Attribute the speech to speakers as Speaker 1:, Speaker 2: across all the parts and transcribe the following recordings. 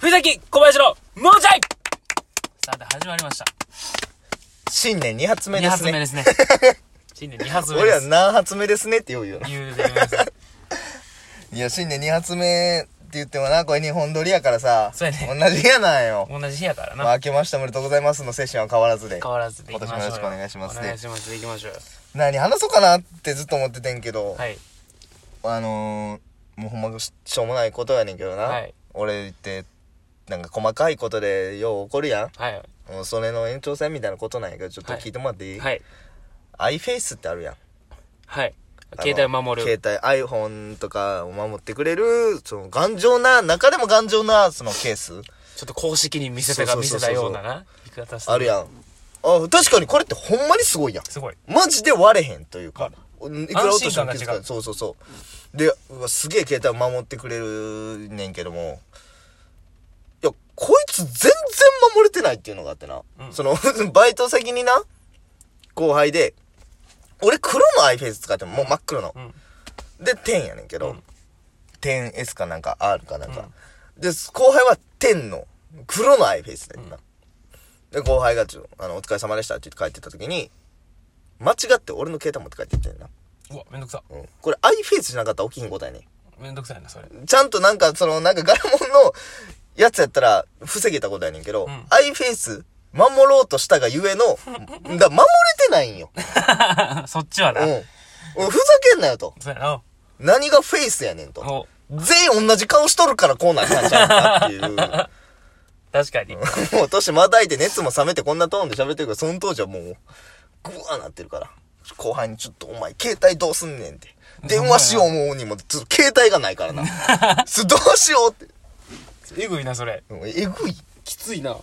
Speaker 1: 藤崎小林のもうちょいさて、始まりました。
Speaker 2: 新年2発目
Speaker 1: 2
Speaker 2: で
Speaker 1: 発
Speaker 2: す
Speaker 1: 目
Speaker 2: ね。
Speaker 1: ですね。 新年2発目
Speaker 2: 俺
Speaker 1: で
Speaker 2: ら
Speaker 1: す。
Speaker 2: 何発目ですねって言うよな。
Speaker 1: 言うてみます。
Speaker 2: いや、新年2発目って言ってもな、これ日本撮りやからさ、
Speaker 1: そうやね
Speaker 2: 同じやなんよ。
Speaker 1: 同じ日やから
Speaker 2: まあ、
Speaker 1: な。
Speaker 2: 明けましておめでとうございますの精神は変わらずで。
Speaker 1: 変わらずでいきましょう。
Speaker 2: 今年もよろしくお願いします
Speaker 1: お願いします。行きましょう。
Speaker 2: 何話そうかなってずっと思っててんけど、
Speaker 1: はい。
Speaker 2: あのー、もうほんまししょうもないことやねんけどな。
Speaker 1: はい
Speaker 2: 俺って、なんか細かいことでよう怒るや
Speaker 1: はい。
Speaker 2: ん。もうそれの延長戦みたいなことなんやけど、ちょっと聞いてもらっていい、
Speaker 1: はい。
Speaker 2: アイフェイスってあるやん。
Speaker 1: はい。携帯を守る。
Speaker 2: 携帯 iPhone とかを守ってくれるその頑丈な中でも頑丈なそのケース
Speaker 1: ちょっと公式に見せた
Speaker 2: そ
Speaker 1: か
Speaker 2: う
Speaker 1: 見
Speaker 2: そ
Speaker 1: せ
Speaker 2: うそ
Speaker 1: たよ
Speaker 2: うそう
Speaker 1: うなな。言い方して
Speaker 2: あるやんあ確かにこれってほんまにすごいやん
Speaker 1: すごい。
Speaker 2: マジで割れへんというか、いくら落としても
Speaker 1: 安心
Speaker 2: 気
Speaker 1: 感
Speaker 2: づか
Speaker 1: が違
Speaker 2: な
Speaker 1: う
Speaker 2: いそうそうそうでうわすげえ携帯守ってくれるねんけどもいやこいつ全然守れてないっていうのがあってな、
Speaker 1: うん
Speaker 2: その バイト先にな後輩で俺黒のアイフェイス使ってももう真っ黒の、
Speaker 1: うん。
Speaker 2: で、10やねんけど、
Speaker 1: うん
Speaker 2: 10S かなんか R かなんか。で、後輩は10の黒のアイフェイスだよな。で、後輩がちょ、あの、お疲れ様でしたって言って帰ってった時に、間違って俺の携帯持って帰ってきてんな。
Speaker 1: うわ、めんどくさ。
Speaker 2: うん。これアイフェイスじゃなかったら大きいんことやね
Speaker 1: めんどくさいな、 それ。
Speaker 2: ん。ちゃんとなんか、その、なんか柄物のやつやったら防げたことやねんけど、
Speaker 1: ん
Speaker 2: アイフェイス守ろうとしたがゆえの、だ、守れてないんよ。
Speaker 1: そっちは
Speaker 2: うん。
Speaker 1: な。
Speaker 2: おいふざけんなよと。
Speaker 1: そうやな。
Speaker 2: 何がフェイスやねんと。
Speaker 1: お、
Speaker 2: 全員同じ顔しとるからこうなったんちゃうかなっ
Speaker 1: 確かに。
Speaker 2: て いう。もう年またいて熱も冷めてこんなトーンで喋ってるから、その当時はもう、ぐわーなってるから。後輩にちょっとお前携帯どうすんねんって。電話しよう思うにも、ちょっと携帯がないからな。それどうしようって。
Speaker 1: えぐいな、それ。
Speaker 2: うんえぐい。
Speaker 1: きついな。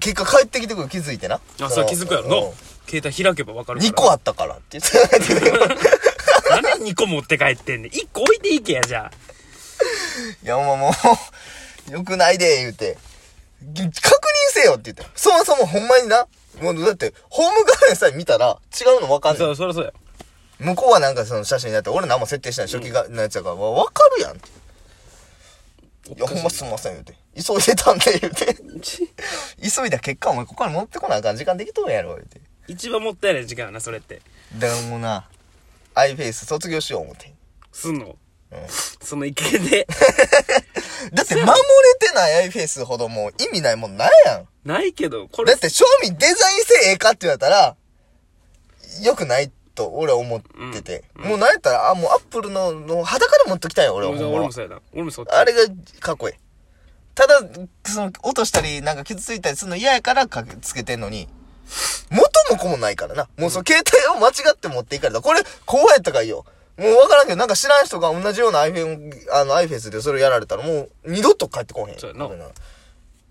Speaker 2: 結果帰ってきてくる気づいてな。
Speaker 1: あ、そう気づくやろ
Speaker 2: う
Speaker 1: な。携帯開けばわかる
Speaker 2: ん
Speaker 1: から。
Speaker 2: 2個あったからって言 って。
Speaker 1: なんで2個持って帰ってんねん。1個置いていけや、じゃあ。
Speaker 2: いや、もう、もう、よくないで、言うて。ぎ確認せよって言って。そもそもほんまにな。もうだって、ホーム画面さえ見たら違うの分かんな
Speaker 1: そ、。
Speaker 2: いう
Speaker 1: そりゃそうや。
Speaker 2: 向こうはなんかその写真だって、俺何も設定してない初期が、のやつやから、わ分かるやんって。いや、ほんますんません、言うて。急いでたんで、言うて。 急いだ結果、お前ここに持ってこなあかん時間できとるやろ、言うて。
Speaker 1: 一番もったいない時間やな、それって。
Speaker 2: だからもうな、アイフェイス卒業しよう思って。
Speaker 1: すんの。
Speaker 2: うん
Speaker 1: その意見 で。
Speaker 2: だって守れてないアイフェイスほどもう意味ないもんないやん。
Speaker 1: ないけど、こ
Speaker 2: だ
Speaker 1: れ
Speaker 2: っ、て、賞味デザイン性ええかって言われたら、良くないと俺は思ってて。もうなんやったら、あ、もうアップルの、の裸で持っときたいよ、俺は
Speaker 1: 俺
Speaker 2: ほんま
Speaker 1: も俺
Speaker 2: は。
Speaker 1: もそうやな。俺もそう。
Speaker 2: あれがかっこいい。ただ、その、落としたり、なんか傷ついたりするの嫌やからかけつけてんのに、元も子もないからな。もうその携帯を間違って持っていかれた。これ、こうやったからいいよ。もうわからんけど、なんか知らん人が同じような iPhone、あの iFace でそれをやられたらもう二度と帰ってこへん。
Speaker 1: そうやな
Speaker 2: 多分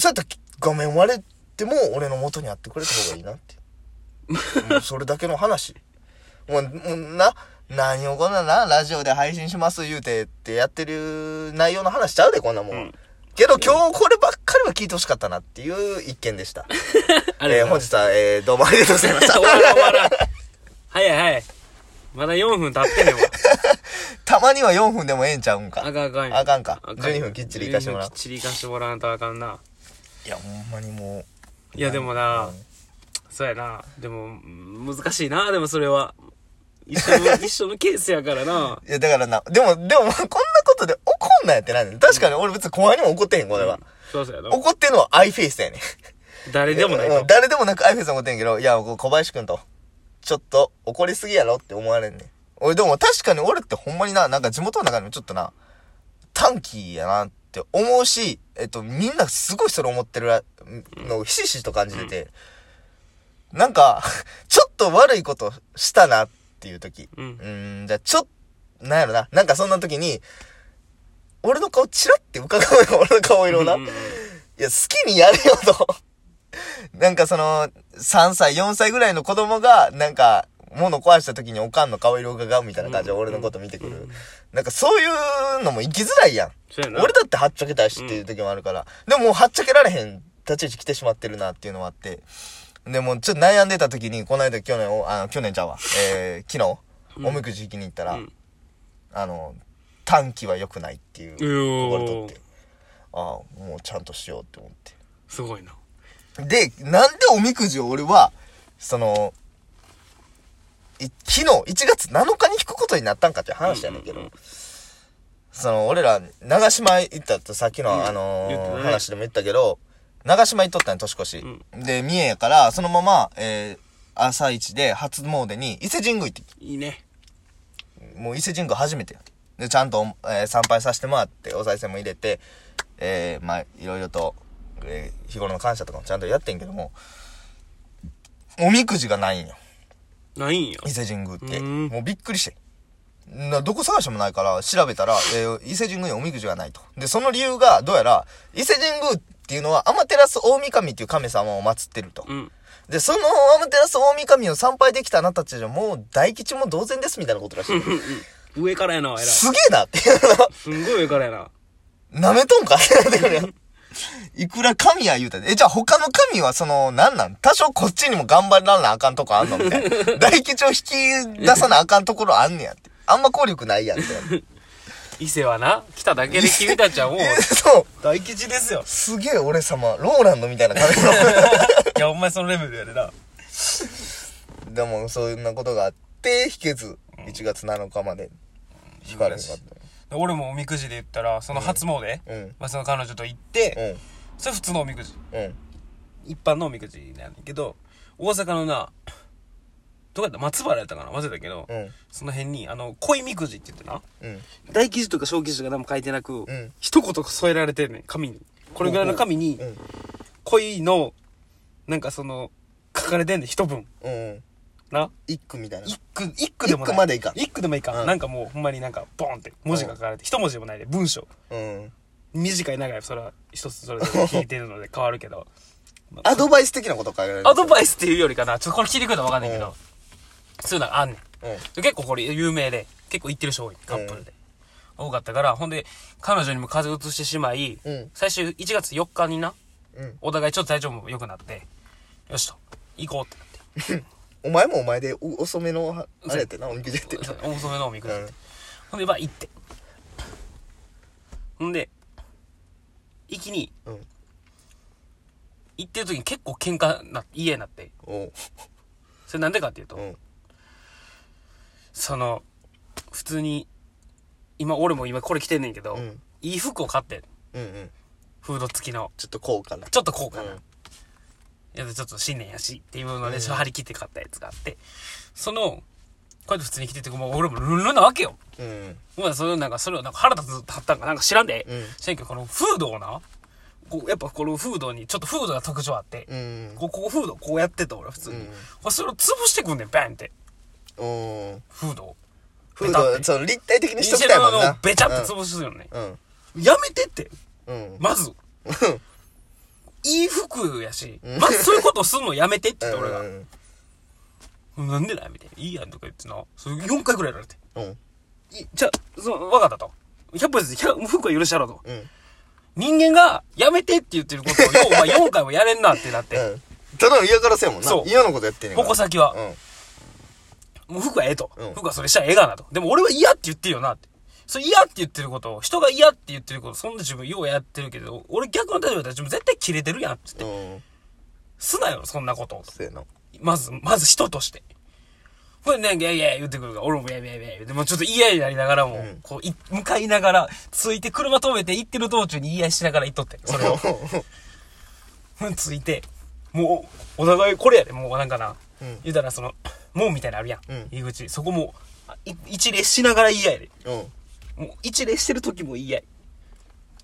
Speaker 2: そうやったら画面割れても俺の元にあってくれた方がいい なって。もうそれだけの話。もう、もうな、何をこんなな、ラジオで配信します言うてってやってる内容の話ちゃうで、こんなもん。
Speaker 1: うん
Speaker 2: けど今日こればっかりは聞いてほしかったなっていう一件でした。
Speaker 1: あれ
Speaker 2: え
Speaker 1: や
Speaker 2: ー
Speaker 1: な。
Speaker 2: 本日は、えー、どうもありがとうございまし
Speaker 1: 終わらん終わらん
Speaker 2: た。。
Speaker 1: 早い早い。まだ4分経ってねえわ。
Speaker 2: たまには4分でもええんちゃうんか。
Speaker 1: あかんあかんよ
Speaker 2: あかんか。12分きっちり行かしてもら
Speaker 1: 12
Speaker 2: う
Speaker 1: 分き。っちり行かしてもらわんとあかんな。
Speaker 2: いや、ほんまにもう。
Speaker 1: いや、でもな
Speaker 2: うん、
Speaker 1: そうやな。でも、難しいな、でもそれは。一 緒の、一緒のケースやからな。
Speaker 2: いや、だからな、でも、でも、こんなことで怒んなやってないねん確かに俺別に後輩にも怒ってへん、これは。
Speaker 1: そうそうやな。
Speaker 2: 怒ってんのはアイフェイスやねん。
Speaker 1: 誰でもない
Speaker 2: うん
Speaker 1: と。
Speaker 2: 誰でもなくアイフェイスのことやねんけど、いや、こう小林くんと、ちょっと怒りすぎやろって思われんねん。俺、でも確かに俺ってほんまにな、なんか地元の中でもちょっとな、短期やなって思うし、えっと、みんなすごいそれ思ってるらのをひしひしと感じてて、なんか、ちょっと悪いことしたなっていう時、
Speaker 1: うん
Speaker 2: ーん、じゃあちょっと、なんやろな、なんかそんな時に、俺の顔チラって伺うよ、 俺の顔色をな。
Speaker 1: うんうんうん
Speaker 2: いや、好きにやれよと。 なんかその、3歳、4歳ぐらいの子供が、なんか、物壊した時におかんの顔色がみたいな感じで俺のこと見てくる。なんかそういうのも生きづらいやん。
Speaker 1: そうやな。
Speaker 2: 俺だってはっちゃけたいしっていう時もあるから。でももうはっちゃけられへん立ち位置来てしまってるなっていうのもあって。でもうちょっと悩んでた時に、この間去年を、あの、去年ちゃうわ。えー、昨日、おみくじ引きに行ったら、
Speaker 1: うん
Speaker 2: あの、短期は良くないってい
Speaker 1: う
Speaker 2: う。
Speaker 1: おー
Speaker 2: 言われとって。ああ、もうちゃんとしようって思って。
Speaker 1: すごいな。
Speaker 2: で、なんでおみくじを俺は、その、い昨日、1月7日に引くことになったんかって話やねんけど、
Speaker 1: うんうん
Speaker 2: その、俺ら、長島行ったってさっきの、あのー
Speaker 1: 言ってたね
Speaker 2: 話でも言ったけど、長島行っとったんよ年越し。で、三重やから、そのまま、えー朝一で初詣に伊勢神宮行ってき
Speaker 1: いいね。
Speaker 2: もう伊勢神宮初めてやで、ちゃんと、えー参拝させてもらって、お賽銭も入れて、えーまあ、いろいろと、えー日頃の感謝とかもちゃんとやってんけども、おみくじがないんよ。
Speaker 1: ないんや。
Speaker 2: 伊勢神宮って。
Speaker 1: うん
Speaker 2: もうびっくりして。などこ探してもないから、調べたら、えー伊勢神宮におみくじがないと。で、その理由が、どうやら、伊勢神宮っていうのは、アマテラス大神っていう神様を祀ってると。
Speaker 1: うん。
Speaker 2: で、そのアマテラス大神を参拝できたあなたたちはもう大吉も同然ですみたいなことらしい。
Speaker 1: 上からやな、偉い。
Speaker 2: すげえなって いうの。
Speaker 1: すんごい上からやな。
Speaker 2: 舐めとんかってなってくるやん。いくら神や言うたで。え、じゃあ他の神はその、なんなん多少こっちにも頑張らなあかんとこあんのみたいな。大吉を引き出さなあかんところあんねやって。あんま効力ないやんって。
Speaker 1: 伊勢はな、来ただけで君たちはもう、
Speaker 2: え そう。
Speaker 1: 大吉ですよ。
Speaker 2: すげえ俺様、ローランドみたいな感じの。
Speaker 1: いや、お前そのレベルやでな。
Speaker 2: でも、そういうなことがあって、引けず、1月7日まで引かれへんかった。
Speaker 3: 俺もおみくじで言ったらその初詣、
Speaker 2: うん
Speaker 3: まあ、その彼女と行って、
Speaker 2: うん。
Speaker 3: それ普通のおみくじ
Speaker 2: うん。
Speaker 3: 一般のおみくじなんだけど大阪のなどこやった松原やったかな忘れたけど、
Speaker 2: うん。
Speaker 3: その辺にあの恋みくじって言ってな
Speaker 2: うん。
Speaker 1: 大吉とか小吉とか何も書いてなく、
Speaker 2: ん
Speaker 3: 一言添えられてんねん紙にこれぐらいの紙に
Speaker 2: うん。
Speaker 3: 恋のなんかその書かれてんねん一文
Speaker 2: うん。
Speaker 3: な
Speaker 2: 一句みたいな。
Speaker 3: 一句一句でもない
Speaker 2: 一句までいかん
Speaker 3: 一句でもいいか、
Speaker 2: うん
Speaker 3: ん、なんかもうほんまになんかボーンって文字が書かれて、一文字でもないで文章
Speaker 2: うん。
Speaker 3: 短い長いそれは一つそれぞれ聞いてるので変わるけ ど
Speaker 2: アドバイス的なこと書いてある。
Speaker 3: アドバイスっていうよりかなちょっとこれ聞いてくれたら分かんないけど、
Speaker 2: うん
Speaker 3: そういうのがあんねん
Speaker 2: うん。
Speaker 3: で結構これ有名で結構行ってる人多いカップルで、多かったからほんで彼女にも風邪移してしまい、
Speaker 2: うん
Speaker 3: 最終1月4日にな
Speaker 2: うん。
Speaker 3: お互いちょっと体調も良くなってよしと行こうってなって
Speaker 2: お前もお前でお遅めの、あれやってな、おみくじやってな。
Speaker 3: お遅めのおみくじで、
Speaker 2: うん
Speaker 3: ほんでまあ行ってほんで行きに
Speaker 2: うん。
Speaker 3: 行ってる時に結構喧嘩な家になって
Speaker 2: おう。
Speaker 3: それなんでかっていうと、
Speaker 2: うん。
Speaker 3: その普通に今俺も今これ着てんねんけど、
Speaker 2: うん
Speaker 3: いい服を買ってん
Speaker 2: うんうん。
Speaker 3: フード付きの
Speaker 2: ちょっとこうかな。
Speaker 3: ちょっとこうかな、
Speaker 2: うん
Speaker 3: いやちょっと新年やしっていうので、張り切って買ったやつがあってそのこうやって普通に着ててもう俺もルンルンなわけよ
Speaker 2: うん。
Speaker 3: もうそれなんかそれをなんか腹立つったんかなんか知らんで、
Speaker 2: うん
Speaker 3: 知らんけどこのフードをなこうやっぱこのフードにちょっとフードが特徴あって、
Speaker 2: うん。
Speaker 3: こうここフードこうやってた俺普通に、
Speaker 2: うん
Speaker 3: これそれを潰してくんねんバンって
Speaker 2: うん。
Speaker 3: フードを
Speaker 2: フード、その立体的にしと
Speaker 3: 一
Speaker 2: きたいも
Speaker 3: 度
Speaker 2: ん
Speaker 3: の
Speaker 2: な。
Speaker 3: べちゃって潰すよね、
Speaker 2: うん。
Speaker 3: やめてって
Speaker 2: うん。
Speaker 3: まずいい服やし、まずそういうことすんのやめてって言って俺が
Speaker 2: う、ん。
Speaker 3: なんでだよみたいな。いいやんとか言ってな。それ4回くらいやられて。
Speaker 2: うん。
Speaker 3: いじゃあ、その、わかったと。100歩ずつ、100服は許したろと。
Speaker 2: うん。
Speaker 3: 人間が、やめてって言ってることを、 よう、お前4回もやれんなってなって。
Speaker 2: ただの嫌がらせやもんな
Speaker 3: そう。
Speaker 2: 嫌なことやってんねんから。
Speaker 3: 矛先は
Speaker 2: うん。
Speaker 3: もう服はええと
Speaker 2: うん。
Speaker 3: 服はそれしたらええがなと。でも俺は嫌って言ってるよなって。それ嫌って言ってることを、人が嫌って言ってること、そんな自分ようやってるけど、俺逆の立場だったら自分絶対キレてるやんって言って。
Speaker 2: うん。
Speaker 3: すなよ、そんなことを。
Speaker 2: そうやな。
Speaker 3: まず、まず人として。これなんか、いやいや言ってくるから、俺もいやいやいや言うて、もうちょっと嫌になりながらも、
Speaker 2: ん
Speaker 3: こう、い、向かいながら、ついて、車止めて行ってる道中に言い合いしながら行っとって、それを。うん、ついて、もう、お互いこれやで、もうなんかな、
Speaker 2: うん
Speaker 3: 言うたらその、門みたいなのあるやん、
Speaker 2: うん
Speaker 3: 入り口。そこも、あい一礼しながら言い合いで。
Speaker 2: うん。
Speaker 3: もう、一礼してる時も言い合い。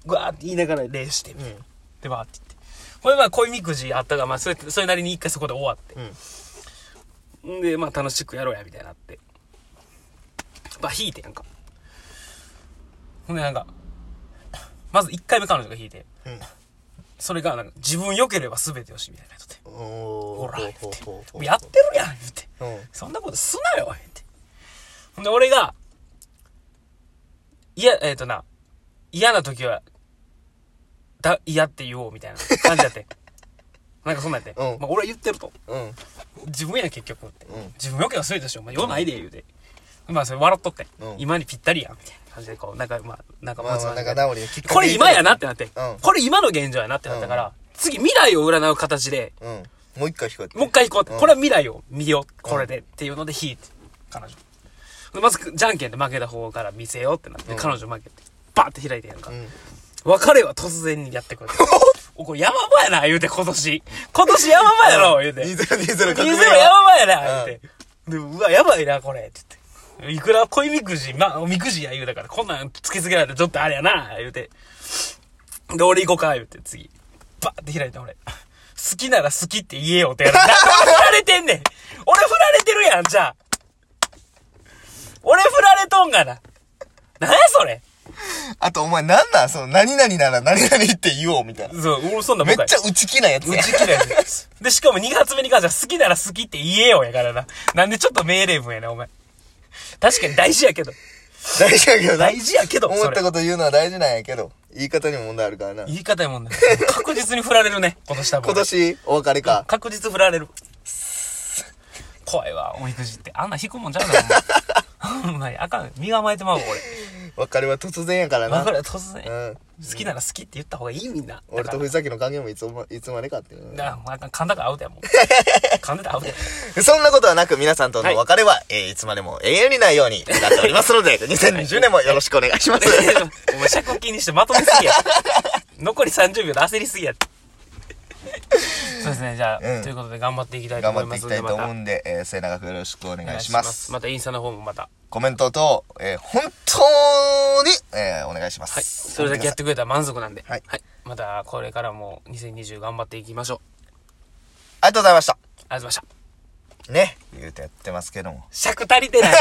Speaker 3: ぐわーって言いながら礼して、
Speaker 2: うん。
Speaker 3: で、わーって言って。これまあ、恋みくじあったが、まあ、それ、それなりに一回そこで終わって。
Speaker 2: うん。
Speaker 3: んで、まあ楽しくやろうや、みたいになって。まあ引いてやんか。ほんでなんか、まず1回目彼女が引いて、
Speaker 2: うん
Speaker 3: それがなんか自分良ければ全てよし、みたいなことで。
Speaker 2: お
Speaker 3: ほ
Speaker 2: ー
Speaker 3: ら、言って
Speaker 2: ほうほう。
Speaker 3: も
Speaker 2: ほう
Speaker 3: うやってるやん、言って。
Speaker 2: うん。
Speaker 3: そんなことすなよ、言って。ほんで俺が、いや、えっ、とな、嫌な時は、だ、嫌って言おう、みたいな感じや って。なんかそんなんやって。
Speaker 2: うん
Speaker 3: まあ俺は言ってると。
Speaker 2: うん。
Speaker 3: 自分や結局って、
Speaker 2: ん
Speaker 3: 自分よけはすべてでしょお前よないで言うて、まあそれ笑っとって、
Speaker 2: うん
Speaker 3: 今にぴったりやんみたいな感じでこうなんかまあなんか
Speaker 2: まあまあ、なんか直りがきっかけ
Speaker 3: これ今やなってなって、
Speaker 2: うん
Speaker 3: これ今の現状やなってなったから、次未来を占う形で
Speaker 2: うん。もう一回聞こえて。
Speaker 3: もう一回行こう、
Speaker 2: うん
Speaker 3: これは未来を見ようこれで、っていうので引いて彼女でまずじゃんけんで負けた方から見せようってなって、
Speaker 2: うん
Speaker 3: 彼女負けてバーって開いてやるか、
Speaker 2: うん。
Speaker 3: 別れは突然にやって くるおこれ山場やな言うて今年今年山場やろ言うて
Speaker 2: 2020
Speaker 3: 水
Speaker 2: 革
Speaker 3: の
Speaker 2: 命
Speaker 3: 山場やな言うて、でうわやばいなこれって言っていくら恋みくじまあおみくじや言うだからこんなん突きつけられてちょっとあれやな言うてで俺行こうか言うて次バーって開いて俺好きなら好きって言えよっ てやるなんで俺振られてんねん俺振られてるやんじゃあ俺振られとんがな何やそれ
Speaker 2: あと、お前なんなんその、何々なら何々って言おう、みたいな。
Speaker 3: そう俺そんな
Speaker 2: めっ
Speaker 3: 僕は
Speaker 2: ちゃ内気なやつや。
Speaker 3: 打ち切れず。で、しかも2発目に関しては好きなら好きって言えよやからな。なんでちょっと命令文やねんお前。確かに大事やけど。
Speaker 2: 大事やけどな
Speaker 3: 大事やけど、
Speaker 2: 思
Speaker 3: そ
Speaker 2: っ
Speaker 3: れ
Speaker 2: た。こと言うのは大事なんやけど、言い方にも問題あるからな。
Speaker 3: 言い方やもんね。確実に振られる ね。今年多分。
Speaker 2: 今。年、お別れか。
Speaker 3: 確実振られる。怖いわ、おみくじって。あんな引くもんちゃう な、お前。ほんまにあかん。身構えてまうわ、
Speaker 2: 別れは突然やから
Speaker 3: 俺。
Speaker 2: な。
Speaker 3: わかる、突然。
Speaker 2: うん。
Speaker 3: 好きなら好きって言った方がいいみんな。だ
Speaker 2: 俺と
Speaker 3: から
Speaker 2: 藤崎の関係もいつも、いつまでかっていう。
Speaker 3: だから、噛んだからアウトや もん。噛んでたらアウトや。
Speaker 2: そんなことはなく皆さんと
Speaker 3: はい
Speaker 2: の別れは、い、えーいつまでも永遠にないようになっております ので、2020年もよろしくお願いします。
Speaker 3: お前、借金にしてまとめすぎや。残り30秒で焦りすぎや。そうですね、じゃあ、
Speaker 2: うん
Speaker 3: ということで頑張っていきたいと
Speaker 2: 頑
Speaker 3: 思
Speaker 2: 張
Speaker 3: い
Speaker 2: って
Speaker 3: ま
Speaker 2: い
Speaker 3: す
Speaker 2: き
Speaker 3: ので、ま
Speaker 2: たいと
Speaker 3: た
Speaker 2: 思うんで、えー、末永くよろしくお願いします。
Speaker 3: またインスタの方もまた。
Speaker 2: コメント等、えー本当に、えーお願いします。
Speaker 3: はい。それだけやってくれたら満足なんで。
Speaker 2: はい
Speaker 3: また、これからも2020頑張っていきましょう。
Speaker 2: ありがとうございました。
Speaker 3: ありがとうございました。
Speaker 2: ね、言うてやってますけども。
Speaker 3: 尺足りてない。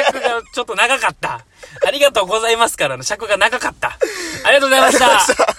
Speaker 3: 尺がちょっと長かった。ありがとうございますからの尺が長かった。ありがとうございました。